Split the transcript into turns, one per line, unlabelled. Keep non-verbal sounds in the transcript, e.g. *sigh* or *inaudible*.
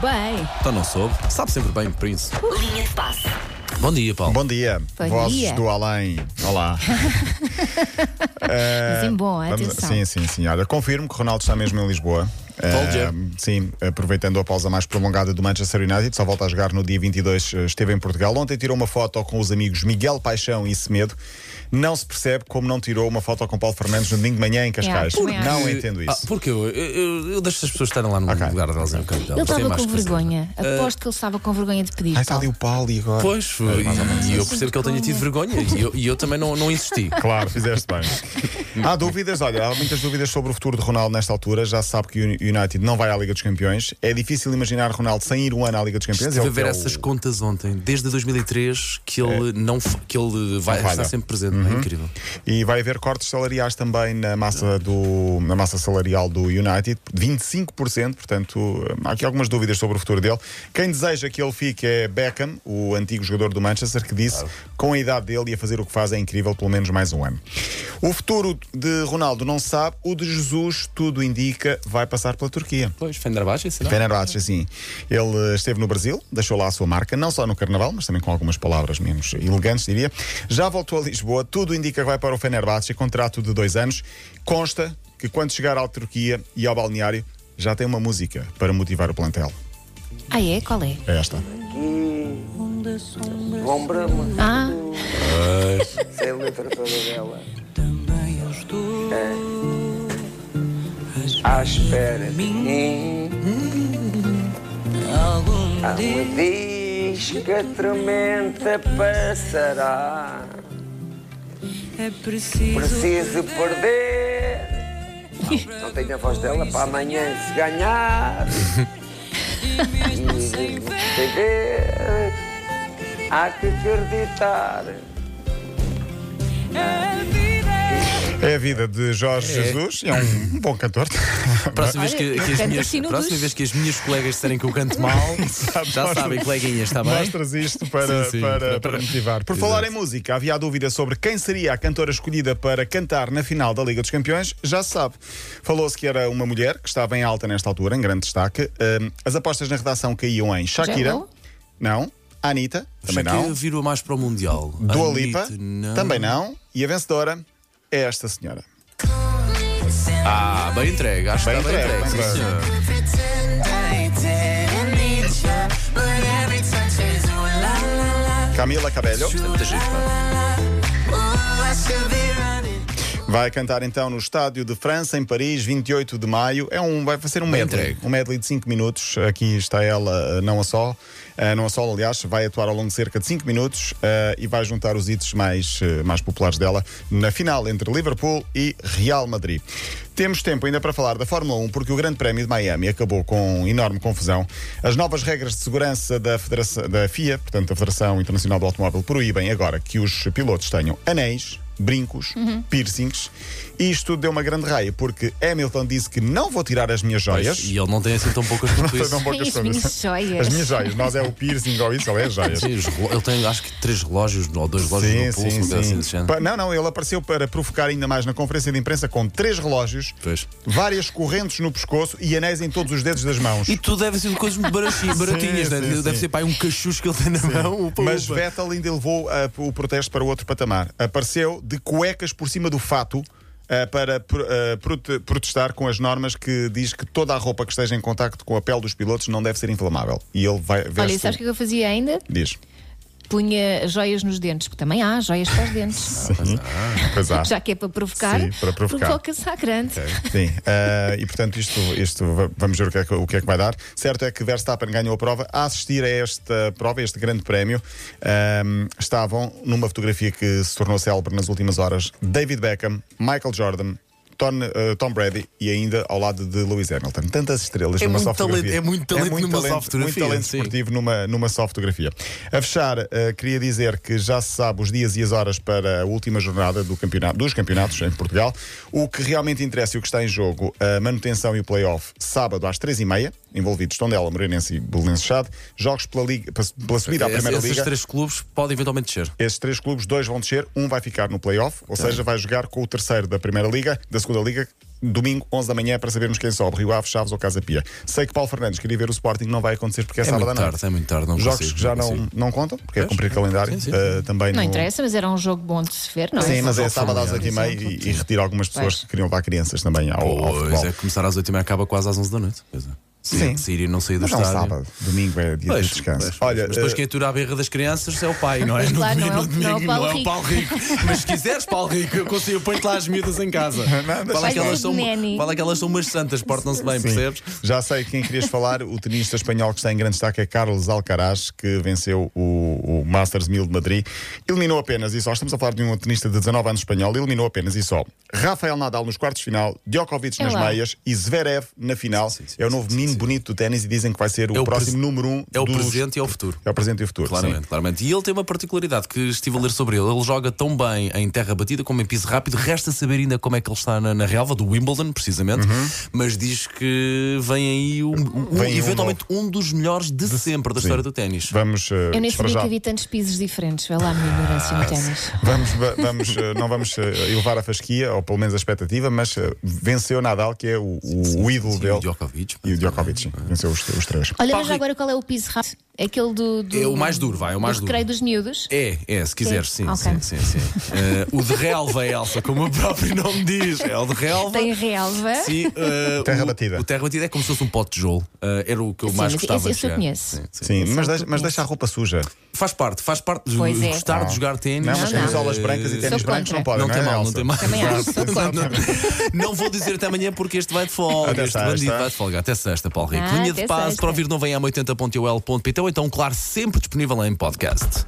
bem.
Então não soube. Sabe sempre bem, Prince.
Linha de passe.
Bom dia, Paulo.
Bom dia,
Bom
vozes
dia.
do além. Olá.
Mas em bom, *laughs* atenção.
Ah, sim, sim, sim. Olha, confirmo que Ronaldo está mesmo em Lisboa.
Told ya.
Eh, sim, aproveitando a pausa mais prolongada do Manchester United, só volta a jogar no dia 22, eh, esteve em Portugal. Ontem tirou uma foto com os amigos Miguel Paixão e Semedo. Não se percebe como não tirou uma foto com Paulo Fernandes no domingo de manhã em Cascais.
Yeah, É, também acho.
não
Eh,
entendo
ah,
isso.
porque eu, eu, eu- eu deixo as pessoas estarem lá no
Ok.
lugar delas em campo
Ele
delas. Tem
estava
mais
com
que fazer.
vergonha. Aposto que ele estava com vergonha de pedir.
Ah, Ai, está ali
Paulo.
o Paulo e agora.
Pois,
É,
e, e eu percebo que ele tenha tido vergonha e eu, e eu também não,
*laughs*
não insisti.
Claro, fizeste bem. há dúvidas, olha, há muitas dúvidas sobre o futuro de Ronaldo nesta altura. Já se sabe que o United não vai à Liga dos Campeões. É difícil imaginar Ronaldo sem ir um ano à Liga dos Campeões.
Estive
É
a
o-
ver
é o- É.
essas contas ontem, desde 2003, que ele, não, fa- que ele vai
falha.
estar sempre presente.
Uhum.
É incrível.
E vai haver cortes salariais também na massa, do, na massa salarial do United, 25%. Portanto, hum, há aqui algumas dúvidas sobre o futuro dele. Quem deseja que ele fique é Beckham, o antigo jogador do Manchester, que disse com a idade dele e a fazer o que faz é incrível, pelo menos mais um ano. O futuro de Ronaldo não se sabe, o de Jesus, tudo indica, vai passar pela Turquia.
Pois, Fenderbahçe, será?
Tá. Fenerbahçe, sim. Ele esteve no Brasil, deixou lá a sua marca, não só no Carnaval, mas também com algumas palavras menos elegantes, diria. Já voltou a Lisboa, tudo indica que vai para o Fenerbahçe, contrato de dois anos. Consta que quando chegar à Turquia e ao balneário, já tem uma música para motivar o plantel.
Ah, é? Qual é?
É esta.
aqui. João Brama,
Ah,
*laughs* essa é a letra toda dela. Também eu estou à espera de mim. Algo me diz que a tormenta passará. É Preciso perder. Não tenho a voz dela para amanhã se ganhar. E perceber. Há que acreditar.
É a vida de Jorge Jesus, e é um bom cantor.
Próxima,
Ah,
vez
é,
que,
Olha,
que as
canta
minhas,
assim no
próxima
duche.
vez que as minhas colegas disserem que eu
*laughs*
canto mal, já sabem, coleguinhas, está bem?
Mostras isto para,
Sim, sim.
para, para motivar. Por falar em música, havia a dúvida sobre quem seria a cantora escolhida para cantar na final da Liga dos Campeões, já se sabe. Falou-se que era uma mulher que estava em alta nesta altura, em grande destaque. Ahm, as apostas na redação caíam em Shakira.
J.Lo?
Não. Anitta. Também
Shakira
não.
virou mais para o Mundial.
Dua
Anitta,
Lipa. Também não. E a vencedora é esta senhora.
Ah, bem entregue, acho que
Bem
está bem
entregue,
entregue.
bem
sim,
entregue.
senhor.
Camila Cabello.
Muita gente, pá.
Vai cantar então no Estádio de França, em Paris, 28 de maio. É um, vai ser um
Bem
medley.
entregue.
Um medley de 5 minutos. Aqui está ela, eh, não a só. Eh, Não a só, aliás, vai atuar ao longo de cerca de 5 minutos eh, e vai juntar os hits mais, eh, mais populares dela na final entre Liverpool e Real Madrid. Temos tempo ainda para falar da Fórmula 1, porque o Grande Prémio de Miami acabou com enorme confusão. As novas regras de segurança da, Federação- da FIA, portanto, da Federação Internacional do Automóvel, proíbem agora que os pilotos tenham anéis brincos, piercings. E isto tudo deu uma grande raia, porque Hamilton disse que não vou tirar as minhas joias.
E ele não tem assim tão poucas quanto
Foi tão
isso.
poucas
As
coisas.
minhas joias.
é? As minhas joias. Nós é o piercing ou isso, ele é as joias.
*laughs* Sim, os relo- Ele tem acho que três relógios ou dois relógios
Sim,
no pulso,
sim,
uma coisa assim
sim.
desse género.
Pa- Não, não, ele apareceu para provocar ainda mais na conferência de imprensa com três relógios,
Pois.
várias correntes no pescoço e anéis em todos os dedos das mãos.
E tudo deve ser de coisas muito baratinhas, baratinhas
*laughs* Sim,
né?
sim,
deve
sim.
ser pá, aí um cachucho que ele tem na mão. upa,
Mas
upa.
Vettel ainda levou ah, o protesto para outro patamar. Apareceu de cuecas por cima do fato. ah, para pro- ah, prote- protestar com as normas que diz que toda a roupa que esteja em contacto com a pele dos pilotos não deve ser inflamável. E ele vai ver
olha, sabes o que é que eu fazia ainda?
*laughs*
diz.
Punha joias nos dentes, porque também há joias para os dentes.
*laughs* Sim. Pois há.
Já que é para provocar,
Sim, para provocar.
provoca-se à grande.
Sim, ah, e portanto isto, isto va- vamos ver o que, é que, o que é que vai dar. Certo é que Verstappen ganhou a prova. A assistir a esta prova, a este grande prémio, ahm, estavam numa fotografia que se tornou célebre nas últimas horas, David Beckham, Michael Jordan, Tom, eh, Tom Brady e ainda ao lado de Lewis Hamilton. Tantas estrelas
É
numa
muito
só fotografia.
talento- é muito talento numa só
Muito
fotografia,
talento
sim.
esportivo numa, numa só fotografia. A fechar, eh, queria dizer que já se sabe os dias e as horas para a última jornada do campeonato, dos campeonatos em Portugal. O que realmente interessa e o que está em jogo, a manutenção e o play-off, sábado às três e meia. envolvidos Tondela, Moreirense e Belenenses Chade, jogos pela, liga, pa- pela subida à
É, Esses-
Primeira
Esses
Liga.
três clubes podem eventualmente descer.
Esses três clubes, dois vão descer, um vai ficar no play-off, ou seja, vai jogar com o terceiro da Primeira Liga, da Segunda Liga, domingo, 11 da manhã, para sabermos quem sobe, Rio Ave, Chaves ou Casa Pia. Sei que Paulo Fernandes queria ver o Sporting, não vai acontecer porque é,
É
sábado
muito
à noite.
tarde, é muito tarde, não
Jogos
consigo,
que já
não
não,
consigo.
não contam, porque é
Pois,
cumprir calendário,
sim, sim.
eh, também
Não
no-
interessa, mas era um jogo bom de se ver, não é?
Sim, mas é
Futebol
sábado às
familiar,
8h30
por
e,
exemplo.
e retira algumas pessoas
Pois.
que queriam levar crianças também ao, ao
Pois
futebol.
é, começar às 8 e meia acaba quase às 11 da noite. Quer dizer,
Sim.
sair- Sair e não sair do
Mas é um
estádio.
sábado, domingo é dia
Pois,
de descanso.
pois,
Olha,
mas depois
eh,
quem atura a berra das crianças é o
*laughs*
pai, não é?
Mas claro,
No-
não é o-
no
não é o
domingo
Paulo
não é o
Rico.
Paulo Rico. Mas se quiseres, Paulo Rico, eu consigo, eu ponho-te lá as miúdas em casa. Fala
Vai
que,
ser
elas são,
neni.
fala que elas são umas santas, portam-se bem,
Sim.
percebes?
Já sei quem querias falar. O tenista espanhol que está em grande destaque é Carlos Alcaraz, que venceu o, o Masters 1000 de Madrid. Eliminou apenas e só. Estamos a falar de um tenista de 19 anos espanhol. Eliminou apenas e só. Rafael Nadal nos quartos de final, Djokovic nas
É lá.
meias e Zverev na final.
Sim, sim,
é o
sim,
novo
sim,
menino
sim.
bonito do ténis e dizem que vai ser o,
É o
próximo
pres-
número um.
É o
dos-
presente e é o futuro.
É o presente e o futuro.
Claramente,
sim.
claramente. E ele tem uma particularidade que estive a ler sobre ele. Ele joga tão bem em terra batida como em piso rápido. Resta saber ainda como é que ele está na, na relva do Wimbledon, precisamente. Mas diz que vem aí um, um-
Uhum. Vem aí um
eventualmente um, dos melhores de, sempre da história do ténis.
Vamos. eh,
Eu nem
para
sabia
já. Ah,
que havia tantos pisos diferentes. Vai lá, minha ignorância no ténis.
Vamos, va- vamos, eh, não vamos eh, elevar a fasquia, ou pelo menos a expectativa, mas eh, venceu Nadal, que é o, o ídolo
Sim,
dele.
o Djokovic.
E o Djokovic,
Ah.
sim, venceu os, os três.
Olha,
Paulo
mas
Rico.
agora qual é o piso rápido? Aquele do. do
É o mais duro, vai, é o mais
do
duro.
recreio dos miúdos?
É, é, se quiseres, sim,
Ok.
sim, sim, sim.
*laughs*
Eh, o de relva, Elsa, como o próprio nome diz, é o de relva.
Tem relva.
Sim, eh,
Terra
o-
batida.
O terra batida é como se fosse um pote de tijolo. Eh, era o que eu
Sim,
mais
mas
gostava
esse-
de
esse eu
chegar.
conheço.
Sim, sim.
Sim,
Esse
mas,
é o
deixa,
que
mas
conheço.
deixa a roupa suja.
Faz parte, faz parte de
Pois é.
gostar de jogar ténis.
Não, mas
não.
camisolas brancas e
Eh,
ténis
Sou
brancos
contra.
não podem,
não,
não,
tem
é,
mal,
Elsa?
não tem mal.
Também acho, sou
Não, não. Não vou dizer até amanhã porque este vai de folga.
Até
este
sexta.
bandido vai de folga. Até sexta, Paulo Rico.
Ah,
Linha de
até
passe
sexta.
para ouvir não vem a 80.ol.pt ou então, claro, sempre disponível em podcast.